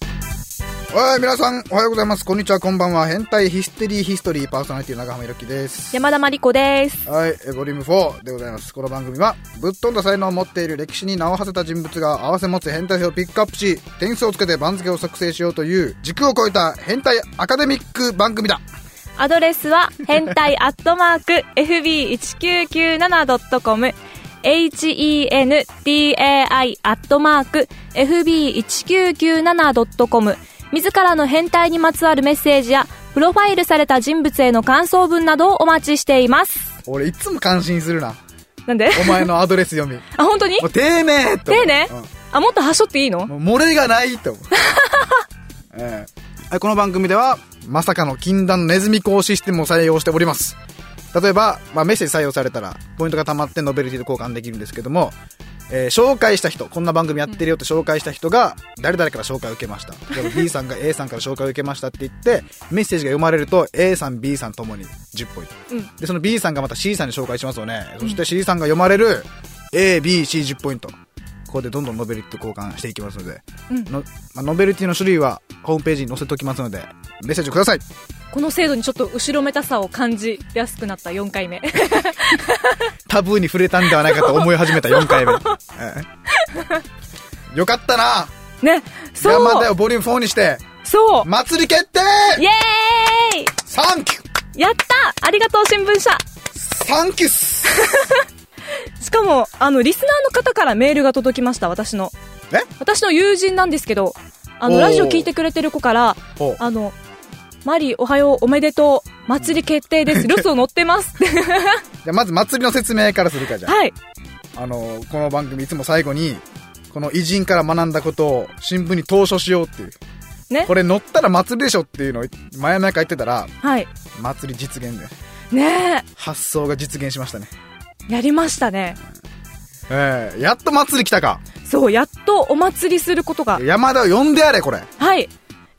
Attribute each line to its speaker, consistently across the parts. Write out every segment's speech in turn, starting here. Speaker 1: はい、皆さん、おはようございます。こんにちは、こんばんは。変態ヒステリーヒストリーパーソナリティ長浜ゆろきです。
Speaker 2: 山田真理子です。
Speaker 1: はい、えボリューム4でございます。この番組は、ぶっ飛んだ才能を持っている歴史に名を馳せた人物が合わせ持つ変態性をピックアップし、点数をつけて番付を作成しようという、軸を超えた変態アカデミック番組だ。
Speaker 2: アドレスは、変態アットマーク、fb1997.com、hentai アットマーク、fb1997.com、自らの変態にまつわるメッセージや、プロファイルされた人物への感想文などをお待ちしています。
Speaker 1: 俺、いつも感心するな。
Speaker 2: なんで
Speaker 1: お前のアドレス読み。
Speaker 2: あ、本当に
Speaker 1: もう、丁寧って思う
Speaker 2: 丁寧
Speaker 1: うん
Speaker 2: あ、もっとはしょっていいの
Speaker 1: もう漏れがないって思う。ええはいこの番組では、まさかの禁断ネズミ講システムを採用しております。例えば、まあ、メッセージ採用されたら、ポイントが貯まってノベルティと交換できるんですけども、えー紹介した人、こんな番組やってるよって紹介した人が、誰々から紹介を受けました。でも B さ んが A さんから紹介を受けましたって言って、メッセージが読まれると、A さん、B さんともに10ポイント。
Speaker 2: うん。
Speaker 1: で、その B さんがまた C さんに紹介しますよね。そして C さんが読まれる A、B、C10 ポイント。ここでどんどんノベルティと交換していきますので、
Speaker 2: うん
Speaker 1: のまあ、ノベルティの種類はホームページに載せておきますので、メッセージをください。
Speaker 2: この制度にちょっと後ろめたさを感じやすくなった4回目。
Speaker 1: タブーに触れたんではないかと思い始めた4回目。ええよかったな
Speaker 2: ね、そう
Speaker 1: 山田をボリューム4にして、
Speaker 2: そう
Speaker 1: 祭り決定
Speaker 2: イエーイ
Speaker 1: サンキュ
Speaker 2: やったありがとう新聞社
Speaker 1: サンキュッス
Speaker 2: しかも、あの、リスナーの方からメールが届きました、私の。
Speaker 1: え
Speaker 2: 私の友人なんですけど、あ
Speaker 1: お
Speaker 2: の、
Speaker 1: ー
Speaker 2: ラジオ聞いてくれてる子から、
Speaker 1: ほう
Speaker 2: あの、マリー、おはよう、おめでとう、祭り決定 です、ロスを乗ってますって。
Speaker 1: じゃあまず祭りの説明からするかじゃあ。
Speaker 2: はい。
Speaker 1: あの、この番組いつも最後に、この偉人から学んだことを新聞に投書しようっていう。
Speaker 2: ね
Speaker 1: こ。れ載ったら祭りでしょっていうのを前々から言ってたら、
Speaker 2: はい。
Speaker 1: 祭り実現で、
Speaker 2: ね
Speaker 1: 発想が実現しましたね。
Speaker 2: え、やりましたね。
Speaker 1: ええやっと祭り来たか。
Speaker 2: そう、やっとお祭りすることが。
Speaker 1: 山田を呼んでやれ、これ。
Speaker 2: はい。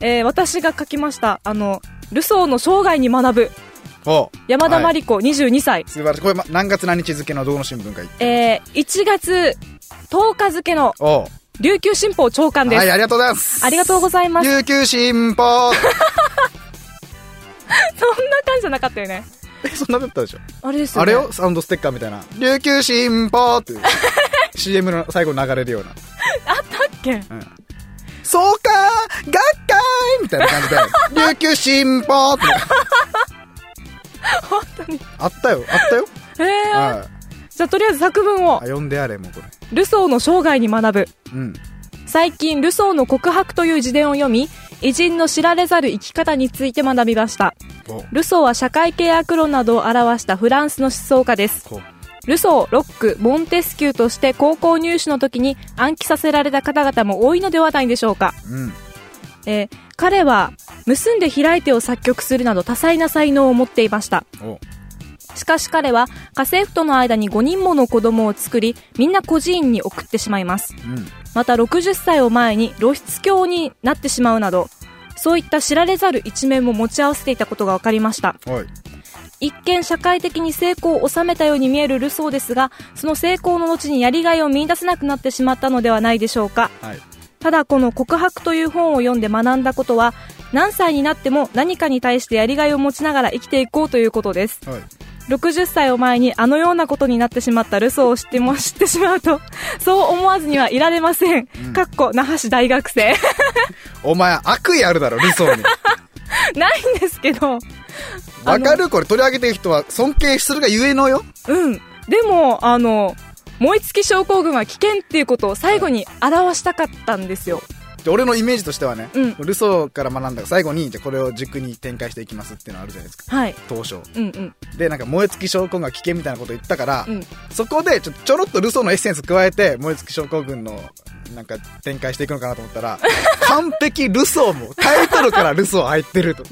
Speaker 2: えー、私が書きました、あの、ルソーの生涯に学ぶ、
Speaker 1: お
Speaker 2: 山田真
Speaker 1: り。
Speaker 2: 理子22歳。
Speaker 1: 素晴らしい。これ、ま、何月何日付のどこの新聞かい
Speaker 2: えー、1月10日付の
Speaker 1: おう
Speaker 2: 琉球新報長官です。
Speaker 1: はい、ありがとうございます。
Speaker 2: ありがとうございます。
Speaker 1: 琉球新報
Speaker 2: そんな感じじゃなかったよね。
Speaker 1: え、そんなだったでしょ。
Speaker 2: あれです よ、
Speaker 1: あ
Speaker 2: ね。
Speaker 1: れよサウンドステッカーみたいな。琉球新報 っていう。CM の最後に流れるような。
Speaker 2: だっけ
Speaker 1: そうかー学会みたいな感じで、 琉球新報って。
Speaker 2: 本当に。
Speaker 1: あったよ、あった よ。
Speaker 2: えー、
Speaker 1: はい。
Speaker 2: じゃあとりあえず作文を
Speaker 1: あ、。読んでやれ、もうこれ。
Speaker 2: ルソーの生涯に学ぶ。
Speaker 1: うん。
Speaker 2: 最近、ルソーの告白という自伝を読み、偉人の知られざる生き方について学びました。
Speaker 1: お
Speaker 2: ルソーは社会契約論などを表したフランスの思想家です。
Speaker 1: こ
Speaker 2: ルソー、ロック、モンテスキューとして高校入試の時に暗記させられた方々も多いのではないでしょうか。
Speaker 1: う。うん。
Speaker 2: えー彼は結んで開いてを作曲するなど多彩な才能を持っていました
Speaker 1: お
Speaker 2: しかし彼は家政婦との間に5人もの子供を作りみんな孤児院に送ってしまいます
Speaker 1: うん。
Speaker 2: また60歳を前に露出狂になってしまうなどそういった知られざる一面も持ち合わせていたことが分かりました
Speaker 1: おい。
Speaker 2: 一見社会的に成功を収めたように見えるルソーですがその成功の後にやりがいを見出せなくなってしまったのではないでしょうか
Speaker 1: はい。
Speaker 2: ただこの告白という本を読んで学んだことは何歳になっても何かに対してやりがいを持ちながら生きていこうということです
Speaker 1: はい。
Speaker 2: 60歳を前にあのようなことになってしまったルソーを知っても知ってしまうと そう思わずにはいられませんかっこ那覇市大学生
Speaker 1: お前、悪意あるだろ、理想に。
Speaker 2: ないんですけど
Speaker 1: わかるこれ取り上げてる人は尊敬するがゆえのよ。
Speaker 2: うんでもあの燃え尽き症候群は危険っていうことを最後に表したかったんですよ
Speaker 1: で俺のイメージとしてはね、
Speaker 2: うん
Speaker 1: ルソーから学んだ最後に、じゃあこれを軸に展開していきますっていうのあるじゃないですか。
Speaker 2: はい
Speaker 1: 当初。
Speaker 2: うんうん
Speaker 1: で、なんか燃え尽き症候群が危険みたいなこと言ったから、
Speaker 2: うん
Speaker 1: そこでちょちょろっとルソーのエッセンス加えて燃え尽き症候群のなんか展開していくのかなと思ったら完璧ルソーもタイトルからルソー入ってると
Speaker 2: 多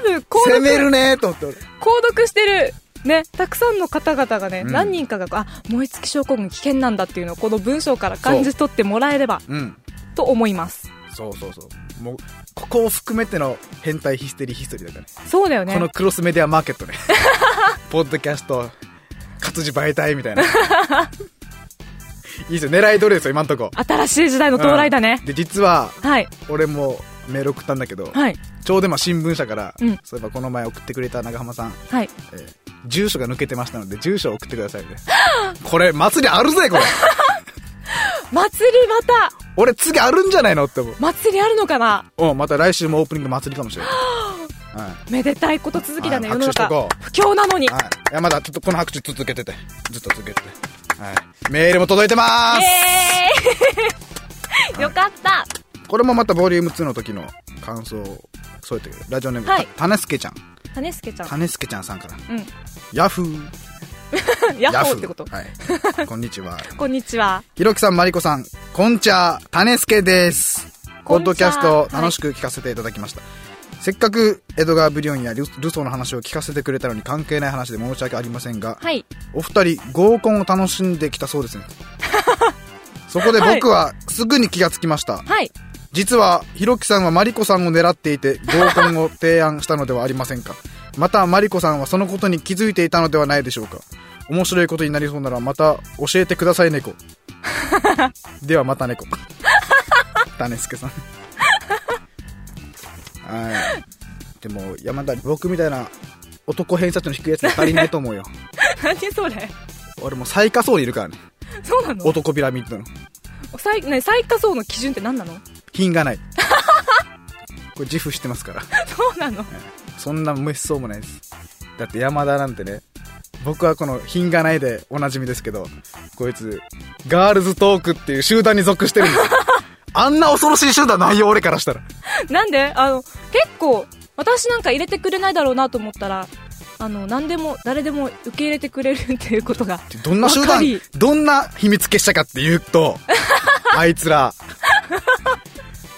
Speaker 2: 分こう
Speaker 1: 攻めるねーと思って俺
Speaker 2: 購読してる、ね、たくさんの方々がね、
Speaker 1: うん
Speaker 2: 何人かが、あ、燃え尽き症候群危険なんだっていうのをこの文章から感じ取ってもらえれば
Speaker 1: うん
Speaker 2: と思います。
Speaker 1: そうそうそうもうここを含めての変態ヒステリーヒストリーだからね
Speaker 2: そうだよ
Speaker 1: こ
Speaker 2: ね
Speaker 1: の。クロスメディアマーケ ットねポッドキャスト活字媒体みたいな いいですよ狙い通りですよ今んとこ
Speaker 2: 新しい時代の到来だね
Speaker 1: うん。で実は
Speaker 2: はい。
Speaker 1: 俺もメール送ったんだけど、
Speaker 2: はい。
Speaker 1: ちょうど今新聞社から、
Speaker 2: うん
Speaker 1: そういえばこの前送ってくれた長浜さん、
Speaker 2: はい。
Speaker 1: えー住所が抜けてましたので、住所を送ってくださいね。 これ、祭りある ぜ、これ。
Speaker 2: 祭りまた
Speaker 1: 俺、次あるんじゃないのって思う。
Speaker 2: 祭りあるのかな
Speaker 1: うん、また来週もオープニング祭りかもしれない。 はい。
Speaker 2: めでたいこと続きだね、
Speaker 1: は
Speaker 2: 世
Speaker 1: い拍手
Speaker 2: の
Speaker 1: し
Speaker 2: 中
Speaker 1: とこ。
Speaker 2: 不況なのに。イ
Speaker 1: はい。いや、まだちょっとこの拍手続けてて。ずっと続けてて。はい。メールも届いてまーす
Speaker 2: エーイよかった
Speaker 1: これもまたボリューム2の時の感想を添えてくる。ラジオネーム、
Speaker 2: はい
Speaker 1: たねすけちゃん。
Speaker 2: 種助ちゃん。
Speaker 1: たねすけちゃんさんから。
Speaker 2: うん。
Speaker 1: ヤフー。
Speaker 2: ヤッ
Speaker 1: ヤ
Speaker 2: ホ
Speaker 1: フ
Speaker 2: ーってこと。
Speaker 1: はい。 こんにちは。
Speaker 2: こんにちは。
Speaker 1: ひろきさん、まりこさん、こんちゃー、たねすけです。ポ
Speaker 2: こ
Speaker 1: ッ
Speaker 2: んちゃー
Speaker 1: ドキャストを楽しく聞かせていただきました。せっかく江戸川ブリオンやルルソーの話を聞かせてくれたのに関係ない話で申し訳ありませんが、
Speaker 2: はい。
Speaker 1: お二人合コンを楽しんできたそうですねそこで僕はすぐに気がつきました、
Speaker 2: はい。
Speaker 1: 実はひろきさんはマリコさんを狙っていて合コンを提案したのではありませんかまたマリコさんはそのことに気づいていたのではないでしょうか面白いことになりそうならまた教えてください猫ではまた猫種助さんはいでも山田僕みたいな男偏差値の低いやつに足りないと思うよ
Speaker 2: 何それ
Speaker 1: 俺もう最下層にいるからね
Speaker 2: そうなの
Speaker 1: 男ピラミッドの
Speaker 2: 最ね最下層の基準って何なの
Speaker 1: 品がない これ自負してますから
Speaker 2: そうなの
Speaker 1: そんな無しそうもないですだって山田なんてね僕はこの品がないでおなじみですけどこいつガールズトークっていう集団に属してるん ですよあんな恐ろしい集団ないよ俺からしたら
Speaker 2: なんであの結構私なんか入れてくれないだろうなと思ったらあの何でも誰でも受け入れてくれるっていうことが
Speaker 1: どんな集
Speaker 2: わ
Speaker 1: 団
Speaker 2: かり
Speaker 1: どんな秘密結社かっていう とあいつら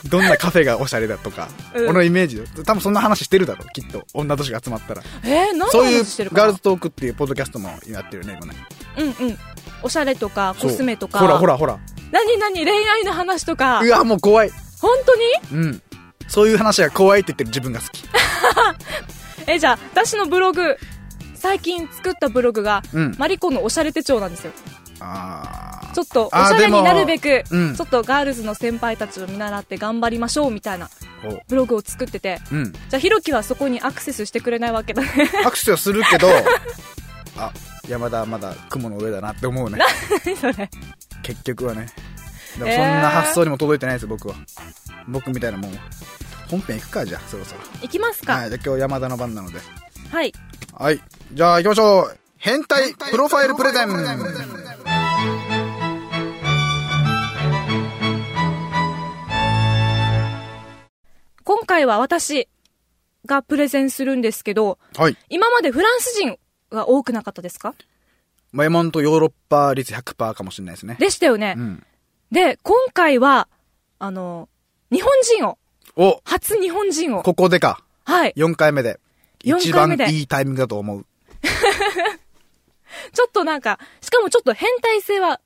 Speaker 1: どんなカフェがおしゃれだとか、
Speaker 2: うん
Speaker 1: 俺のイメージよ多分そんな話してるだろうきっと女同士が集まったら
Speaker 2: えー、何の
Speaker 1: そういう
Speaker 2: 話してる
Speaker 1: ガー
Speaker 2: か
Speaker 1: ル
Speaker 2: な
Speaker 1: ズトークっていうポッドキャストもやってるね、今ね。
Speaker 2: うんうんおしゃれとかコスメとか
Speaker 1: そうほらほらほら。
Speaker 2: 何何恋愛の話とか
Speaker 1: うわ、もう怖い。
Speaker 2: 本当に
Speaker 1: うん。そういう話が怖いって言ってる自分が 好き。
Speaker 2: えじゃあ私のブログ最近作ったブログが、
Speaker 1: うん
Speaker 2: マリコのおしゃれ手帳なんですよ
Speaker 1: あ
Speaker 2: ちょっとおし
Speaker 1: あー
Speaker 2: ゃれになるべ
Speaker 1: で
Speaker 2: く、
Speaker 1: もうん
Speaker 2: ちょっとガールズの先輩たちを見習って頑張りましょうみたいな
Speaker 1: ー。こ
Speaker 2: ブログを作ってて
Speaker 1: う。うん。
Speaker 2: じゃあひろきはそこにアクセスしてくれないわけ だね
Speaker 1: アクセスはするけど、 あ、山田まだ雲の上だなって思うね。
Speaker 2: 何それ
Speaker 1: 結局はね。でも
Speaker 2: えー
Speaker 1: そんな発想にも届いてないです、僕は。僕みたいなもんは。本編行くか、じゃあ、そろそろ。
Speaker 2: いきますか
Speaker 1: は、
Speaker 2: はいい、
Speaker 1: じゃあ今日山田の番なので。はい。じゃあ行きましょう。変態プロファイルプレゼン。
Speaker 2: 今回は私がプレゼンするんですけど
Speaker 1: はい。
Speaker 2: 今までフランス人が多くなかったですか
Speaker 1: まあ、今んとヨーロッパ率100%かもしれないですね。
Speaker 2: でしたよね、
Speaker 1: うん。
Speaker 2: で今回はあの日本人を
Speaker 1: お、
Speaker 2: 初日本人を
Speaker 1: ここでか。
Speaker 2: はい
Speaker 1: 4回目で。一
Speaker 2: 4回
Speaker 1: 番
Speaker 2: 目で
Speaker 1: いいタイミングだと思う。
Speaker 2: ちょっとなんかしかもちょっと変態性は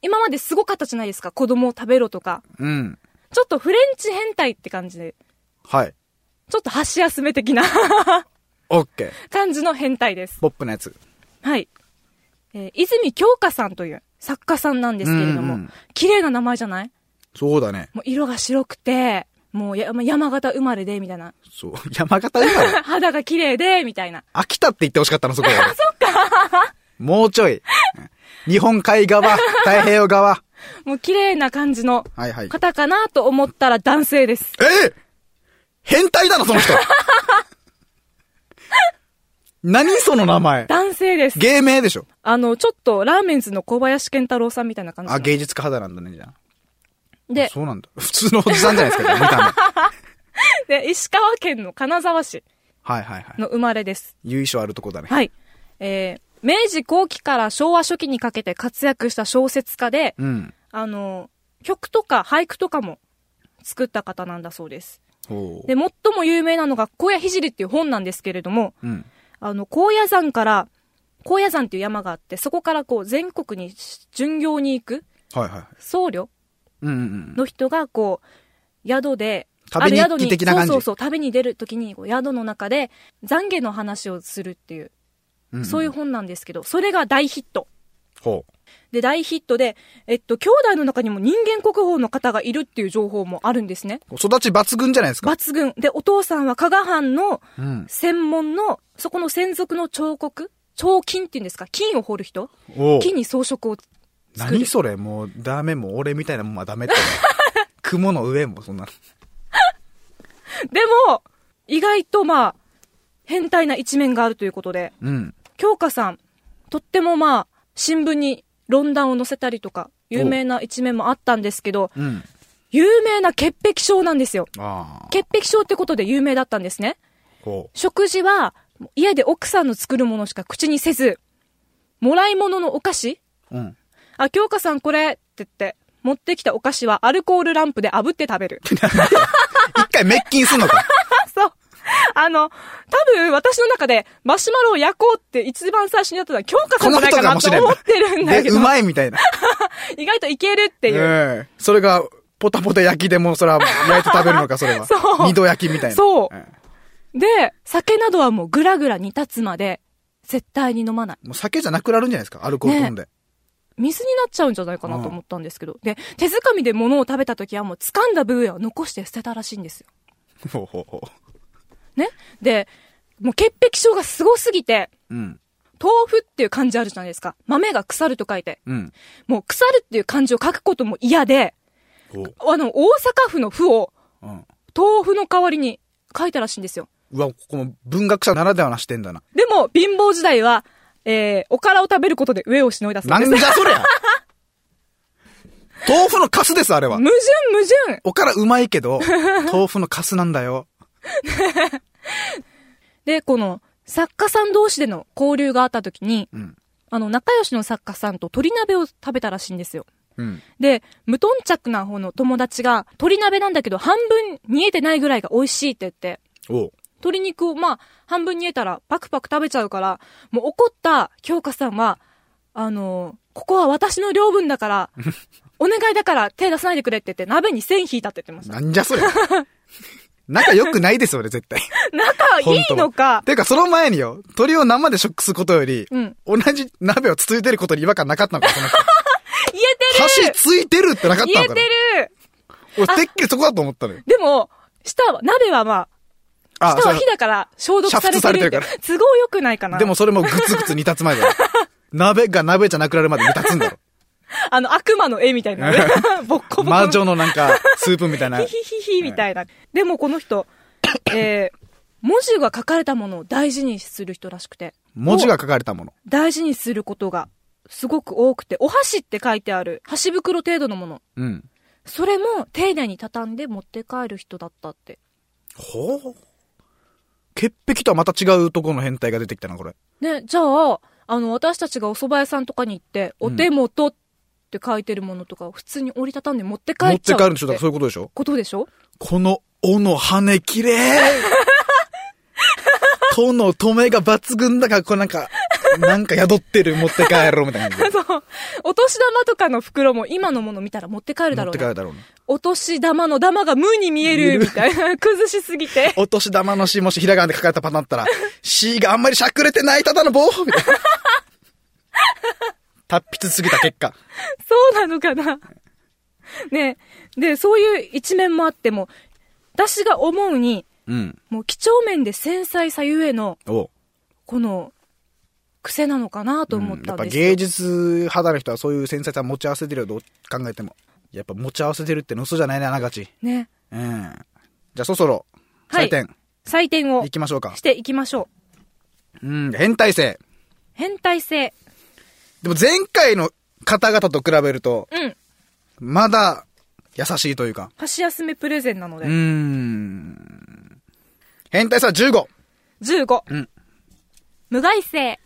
Speaker 2: 今まですごかったじゃないですか子供を食べろとか
Speaker 1: うん。
Speaker 2: ちょっとフレンチ変態って感じで
Speaker 1: はい。
Speaker 2: ちょっと箸休め的な
Speaker 1: オッケー。
Speaker 2: 感じの変態です
Speaker 1: ポップなやつ。
Speaker 2: はい。えー泉京香さんという作家さんなんですけれど
Speaker 1: うんう
Speaker 2: も
Speaker 1: ん、
Speaker 2: 綺麗な名前じゃない
Speaker 1: そうだね。
Speaker 2: もう色が白くて、もうや山形生まれで、みたいな。
Speaker 1: そう。 山形今の、
Speaker 2: 肌が綺麗で、みたいな。
Speaker 1: 秋田って言ってほしかったの、そこ は。そっか。もうちょい。うん日本海側、太平洋側。
Speaker 2: もう綺麗な感じの
Speaker 1: はいはい。
Speaker 2: 方かなと思ったら男性です。
Speaker 1: えー変態だな、その 人。何その名前。
Speaker 2: 男性です。
Speaker 1: 芸名でしょ。
Speaker 2: あの、ちょっとラーメンズの小林健太郎さんみたいな感じの
Speaker 1: あ、芸術家肌なんだね、じゃあ。
Speaker 2: で
Speaker 1: そうなんだ。普通のおじさんじゃないですか、見た 目。
Speaker 2: で、石川県の金沢市
Speaker 1: はいはいはい。
Speaker 2: の生まれです。
Speaker 1: 由緒あるとこだね。
Speaker 2: はい。えー明治後期から昭和初期にかけて活躍した小説家で、
Speaker 1: うん。
Speaker 2: あの、曲とか俳句とかも作った方なんだそうです。
Speaker 1: ほ
Speaker 2: で、最も有名なのが、高野聖っていう本なんですけれども、
Speaker 1: う。うん。
Speaker 2: あの、高野山から、高野山っていう山があって、そこからこう、全国に巡業に行く
Speaker 1: はいはいはい。
Speaker 2: 僧侶
Speaker 1: うんうんうん。
Speaker 2: の人が、こう、宿で、
Speaker 1: 旅日記
Speaker 2: ある宿に
Speaker 1: 的な感じ
Speaker 2: そうそうそう、旅に出るときにこう、宿の中で、懺悔の話をするっていう、
Speaker 1: うんん
Speaker 2: そういう本なんですけど、それが大ヒット。
Speaker 1: ほ
Speaker 2: で、大ヒットで、えっと、兄弟の中にも人間国宝の方がいるっていう情報もあるんですね。
Speaker 1: う。育ち抜群じゃないですか。
Speaker 2: 抜群。で、お父さんは加賀藩の
Speaker 1: うん。
Speaker 2: 専門の、そこの専属の彫刻彫金っていうんですか金を掘る人
Speaker 1: おう
Speaker 2: 金に装飾を作
Speaker 1: 何
Speaker 2: る。
Speaker 1: それもうダメも俺みたいなもんはダメ って。雲の上もそんな。
Speaker 2: でも、意外とまあ、変態な一面があるということで、
Speaker 1: うん。
Speaker 2: 京香さん、とってもまあ、新聞に論壇を載せたりとか、有名な一面もあったんですけど、
Speaker 1: うん。
Speaker 2: 有名な潔癖症なんですよ。
Speaker 1: ああ。
Speaker 2: 潔癖症ってことで有名だったんですね。
Speaker 1: ほ
Speaker 2: 食事は、家で奥さんの作るものしか口にせず、もらい物のお菓子
Speaker 1: う。 うん。
Speaker 2: あ、京香さんこれって言って、持ってきたお菓子はアルコールランプで炙って食 べる。
Speaker 1: 一回滅菌すんの か。
Speaker 2: そう。あの、多分私の中でマシュマロを焼こうって一番最初にやったのは京香さんじゃないかなと思ってるんだ
Speaker 1: で、
Speaker 2: けど
Speaker 1: う、まいみたいな。
Speaker 2: 意外といけるって
Speaker 1: え
Speaker 2: いう。
Speaker 1: えそれが、ポタポタ焼きでも、それは焼いて食べるのか、それは。
Speaker 2: そう
Speaker 1: 二度焼きみたいな。
Speaker 2: そう
Speaker 1: え
Speaker 2: で、酒などはもうぐらぐら煮立つまで、絶対に飲まない。
Speaker 1: えもう酒じゃなくなるんじゃないですか、アルコール飲んで。
Speaker 2: 水になっちゃうんじゃないかなと思ったんですけど。で、手づかみで物を食べた時はもう掴んだ部分を残して捨てたらしいんですよ。
Speaker 1: ほうほうほ
Speaker 2: ね。で、もう潔癖症がすごすぎて、
Speaker 1: う。うん。
Speaker 2: 豆腐っていう漢字あるじゃないですか。豆が腐ると書いて。
Speaker 1: うん。
Speaker 2: もう腐るっていう漢字を書くことも嫌で、
Speaker 1: ほう。
Speaker 2: あの、大阪府の府を
Speaker 1: うん。
Speaker 2: 豆腐の代わりに書いたらしいんですよ。
Speaker 1: うわ、ここも文学者ならではな視点だな。
Speaker 2: でも、貧乏時代は、えー、おからを食べることで上をしのいだそう
Speaker 1: な
Speaker 2: で
Speaker 1: ん
Speaker 2: す。
Speaker 1: じゃそ りゃ豆腐のカスです、あれは
Speaker 2: 矛。盾矛盾
Speaker 1: おからうまいけど、豆腐のカスなんだよ。
Speaker 2: で、この、作家さん同士での交流があった時に、
Speaker 1: うん。
Speaker 2: あの、仲良しの作家さんと鶏鍋を食べたらしいんですよ。
Speaker 1: うん。
Speaker 2: で、無頓着な方の友達が、鶏鍋なんだけど半分煮えてないぐらいが美味しいって言って、
Speaker 1: おう。
Speaker 2: 鶏肉をまあ、半分煮えたらパクパク食べちゃうから、もう怒った京香さんは、あのここは私の領分 だから、お願いだから手出さないでくれって言って、鍋に線引いたって言ってました。
Speaker 1: なんじゃそりゃ仲良くないです、俺、絶対。
Speaker 2: 仲いいのか、
Speaker 1: ていうか、その前によ、鳥を生で食することより、
Speaker 2: うん
Speaker 1: 同じ鍋をつついてることに違和感なかったのか、その人
Speaker 2: 言えて
Speaker 1: 箸
Speaker 2: る
Speaker 1: ついてるってなかった
Speaker 2: 言
Speaker 1: の
Speaker 2: え
Speaker 1: か
Speaker 2: て
Speaker 1: な。
Speaker 2: る
Speaker 1: 俺、てっきりそこだと思ったのよ。
Speaker 2: でも、舌は、鍋はまあ、
Speaker 1: あ
Speaker 2: 舌は
Speaker 1: そ
Speaker 2: 火だから消毒さ
Speaker 1: 煮
Speaker 2: れてるって
Speaker 1: 沸されてるから
Speaker 2: 都合良くないかな。
Speaker 1: れでもそれもぐつぐつ煮立つ前だ よ。鍋が鍋じゃなくなるまで煮立つんだろ。
Speaker 2: あの、悪魔の絵みたい なね。ボッコボコ。
Speaker 1: 魔女のなんか、スープみたいな。
Speaker 2: ヒヒヒヒみたいな。でもこの人、えー、文字が書かれたものを大事にする人らしくて。
Speaker 1: 文字が書かれたもの。
Speaker 2: を大事にすることがすごく多くて、お箸って書いてある箸袋程度のもの。
Speaker 1: うん。
Speaker 2: それも丁寧に畳んで持って帰る人だったって。
Speaker 1: ほう。潔癖とはまた違うところの変態が出てきたな、これ。
Speaker 2: ね、じゃあ、あの、私たちがお蕎麦屋さんとかに行って、お手元って書いてるものとかを普通に折りたたんで持って帰
Speaker 1: 持
Speaker 2: っ
Speaker 1: っ
Speaker 2: ち
Speaker 1: て
Speaker 2: ゃう。
Speaker 1: 帰るんでしょだからそういうことでしょ
Speaker 2: ことでしょ
Speaker 1: この、おの羽きれ いとの止めが抜群だから、これなんか、なんか宿ってる、持って帰ろう、みたいな感じ
Speaker 2: そう。お年玉とかの袋も今のもの見たら持って帰る
Speaker 1: で。
Speaker 2: だ
Speaker 1: 持
Speaker 2: ろ
Speaker 1: っ
Speaker 2: う
Speaker 1: て帰。
Speaker 2: な
Speaker 1: るだろうね。
Speaker 2: お年玉の玉が無に見
Speaker 1: 見
Speaker 2: え
Speaker 1: える
Speaker 2: るみたいな。 崩しすぎて。
Speaker 1: お年玉のしもしひらがなで書かれたパターンだったら、 しがあんまりしゃくれてない、ただの棒みたいな。 達筆すぎた結果。
Speaker 2: そうなのかな。 ねで、そういう一面もあっても、私が思うに、
Speaker 1: うん。
Speaker 2: もう几帳面で繊細さゆえの、
Speaker 1: おう
Speaker 2: この、癖なのかなと思っ
Speaker 1: うんや
Speaker 2: た
Speaker 1: っ
Speaker 2: ん
Speaker 1: ぱ
Speaker 2: ですよ。
Speaker 1: 芸術肌の人はそういう繊細さ持ち合わせてるよどう考えてもやっぱ持ち合わせてるっての嘘じゃないねあながち
Speaker 2: ね。
Speaker 1: うんじゃあそろそろ
Speaker 2: はい
Speaker 1: 採点
Speaker 2: 採点を
Speaker 1: いきましょうか、
Speaker 2: していきましょう。
Speaker 1: うん変態性
Speaker 2: 変態性。
Speaker 1: でも前回の方々と比べると
Speaker 2: うん。
Speaker 1: まだ優しいというか
Speaker 2: 箸休めプレゼンなの
Speaker 1: うー
Speaker 2: で。
Speaker 1: ん変態さ15
Speaker 2: 15。
Speaker 1: うん
Speaker 2: 無害性。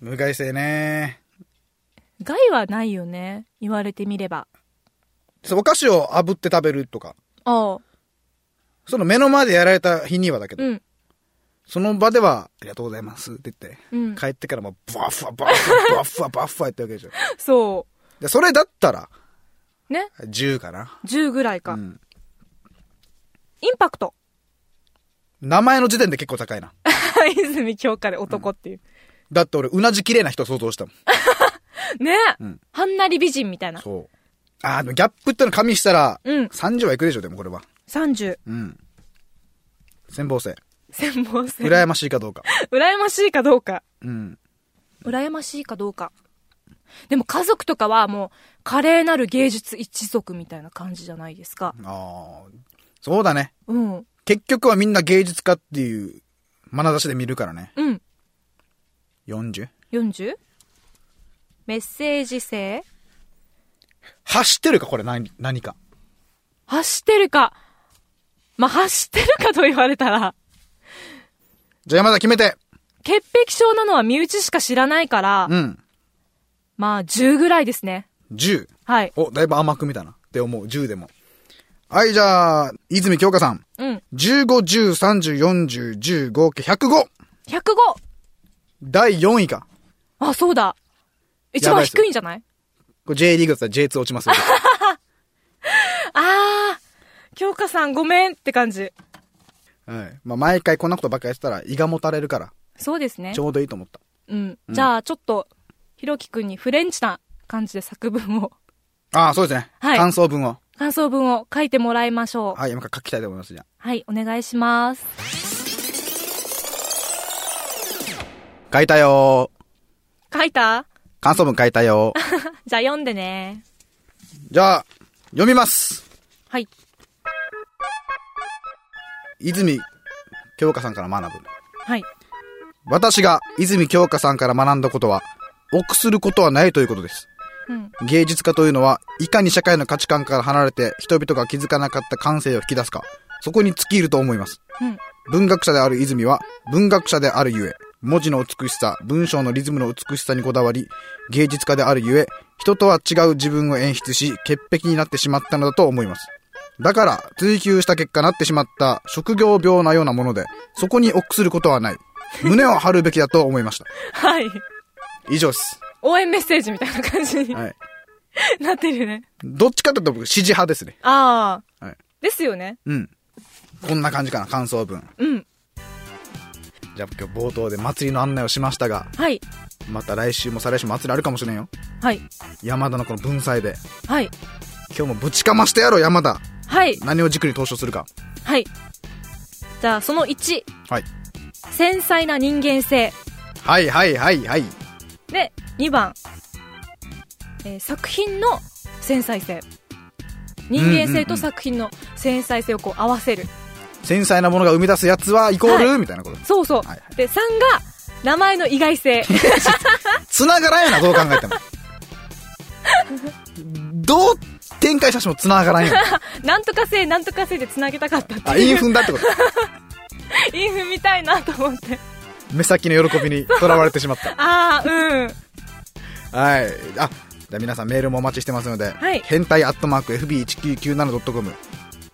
Speaker 1: 無害性ね
Speaker 2: 害はないよね。言われてみれば。
Speaker 1: そうお菓子を炙って食べるとか
Speaker 2: ああ。
Speaker 1: その目の前でやられた日にはだけど、
Speaker 2: うん。
Speaker 1: その場では、ありがとうございますって言って、
Speaker 2: うん
Speaker 1: 帰ってからもう、ブワッファ、ブワッファ、ブワッファ、ブワッファやってわけでしょ。
Speaker 2: そ
Speaker 1: で、それだったら、
Speaker 2: う。ね。
Speaker 1: 10かな。
Speaker 2: 10ぐらいか。
Speaker 1: うん
Speaker 2: インパクト。
Speaker 1: 名前の時点で結構高いな。
Speaker 2: 泉京香で男っていう。
Speaker 1: だって俺、うなじ綺麗な人想像したもん。
Speaker 2: ね
Speaker 1: うん
Speaker 2: はんなり美人みたいな。
Speaker 1: そう。ああ、でもギャップっての加味したら、
Speaker 2: うん
Speaker 1: 30はいくでしょ、でもこれは。
Speaker 2: 30。
Speaker 1: うん。先方性。
Speaker 2: 専門性。
Speaker 1: 羨ましいかどうか。
Speaker 2: 羨ましいかどうか。
Speaker 1: うん。
Speaker 2: 羨ましいかどうか。でも家族とかはもう、華麗なる芸術一族みたいな感じじゃないですか。
Speaker 1: ああ、そうだね。
Speaker 2: うん。
Speaker 1: 結局はみんな芸術家っていう、眼差しで見るからね。
Speaker 2: うん。
Speaker 1: 40?
Speaker 2: 40? メッセージ性
Speaker 1: 走ってるか、これ、何、何か。
Speaker 2: 走ってるか。まあ、走ってるかと言われたら、
Speaker 1: じゃあ山田決めて。
Speaker 2: 潔癖症なのは身内しか知らないから、
Speaker 1: うん。
Speaker 2: まあ、10ぐらいですね。
Speaker 1: 10。
Speaker 2: はい。
Speaker 1: お、だいぶ甘く見たな。って思う。10でも。はい、じゃあ、泉京香さん。
Speaker 2: うん。
Speaker 1: 15、10、30、40、15、計105!
Speaker 2: 105!
Speaker 1: 第4位か。
Speaker 2: あ、そうだ。一
Speaker 1: やば
Speaker 2: 番
Speaker 1: いっす
Speaker 2: 低いんじゃない
Speaker 1: これ J リーグだったら J2 落ち ますよ。
Speaker 2: あー、京香さんごめんって感じ。
Speaker 1: はい。まあ、毎回こんなことばっかりやってたら胃がもたれるから、
Speaker 2: そうですね
Speaker 1: ち。ょうどいいと思った。
Speaker 2: うん。じゃあ、ちょっと、ひろきくんにフレンチな感じで作文 を、
Speaker 1: ああ、そうですね。
Speaker 2: はい
Speaker 1: 感想文を。
Speaker 2: 感想文を書いてもらいましょう。
Speaker 1: はい、今から書きたいと思います、じゃ
Speaker 2: はい、お願いします。
Speaker 1: あ。書いたよー。
Speaker 2: 書いた
Speaker 1: 感想文書いたよー。
Speaker 2: じゃあ読んでね。
Speaker 1: じゃあ、読みます。
Speaker 2: はい。
Speaker 1: 泉京香さんから学ぶ。
Speaker 2: はい。
Speaker 1: 私が泉京香さんから学んだことは、臆することはないということです。
Speaker 2: うん。
Speaker 1: 芸術家というのは、いかに社会の価値観から離れて人々が気づかなかった感性を引き出すか、そこに尽きると思います。
Speaker 2: うん。
Speaker 1: 文学者である泉は、文学者であるゆえ、文字の美しさ、文章のリズムの美しさにこだわり、芸術家であるゆえ、人とは違う自分を演出し、潔癖になってしまったのだと思います。だから、追求した結果なってしまった職業病なようなもので、そこに臆することはない。胸を張るべきだと思いました。
Speaker 2: はい。
Speaker 1: 以上です。
Speaker 2: 応援メッセージみたいな感じに
Speaker 1: はい。
Speaker 2: なってるよね。
Speaker 1: どっちかというと僕、支持派ですね。
Speaker 2: ああ。
Speaker 1: はい
Speaker 2: ですよね。
Speaker 1: うん。こんな感じかな、感想文。
Speaker 2: うん。
Speaker 1: じゃあ今日冒頭で祭りの案内をしましたが、
Speaker 2: はい。
Speaker 1: また来週も再来週も祭りあるかもしれんよ。
Speaker 2: はい。
Speaker 1: 山田のこの文才で。
Speaker 2: はい。
Speaker 1: 今日もぶちかましてやろう、山田。
Speaker 2: はい。
Speaker 1: 何を軸に投資するか。
Speaker 2: はい。じゃあ、その1。
Speaker 1: はい。
Speaker 2: 繊細な人間性。
Speaker 1: はいはいはいはい。
Speaker 2: で、2番。えー作品の繊細性。人間性と作品の繊細性をこう合わせる。
Speaker 1: 繊細なものが生み出すやつはイコール、みたいなこと。
Speaker 2: そうそう。
Speaker 1: はいは
Speaker 2: で、3が、名前の意外性。
Speaker 1: 繋がらんやな、どう考えても。どう展開したしても繋がらんやな。
Speaker 2: なんとか性、なんとか性で繋げたかったって
Speaker 1: あ、
Speaker 2: いう。
Speaker 1: インフンだってこと。
Speaker 2: インフみたいなと思って。
Speaker 1: 目先の喜びにとらわれてしまった。
Speaker 2: ああ、うん。
Speaker 1: はい。あ、じゃあ皆さんメールもお待ちしてますので、
Speaker 2: はい
Speaker 1: 変態アットマーク FB1997.com、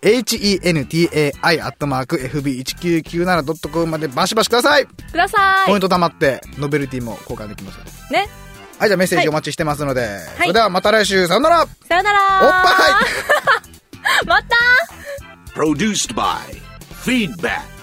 Speaker 1: hentai アットマーク FB1997.com までバシバシください、
Speaker 2: くださ
Speaker 1: ポイン
Speaker 2: い。
Speaker 1: ト貯まって、ノベルティも交換できますので
Speaker 2: ね。
Speaker 1: はい、じゃあメッセージお待ちしてますので、それではまた来週、さよならおっ
Speaker 2: さよなら
Speaker 1: ぱい
Speaker 2: また
Speaker 3: Produced by Feedback.